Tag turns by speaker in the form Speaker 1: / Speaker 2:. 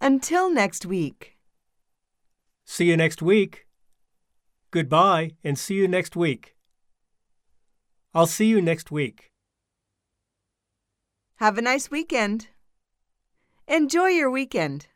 Speaker 1: Until next week.
Speaker 2: See you next week. Goodbye and see you next week. I'll see you next week.
Speaker 1: Have a nice weekend. Enjoy your weekend.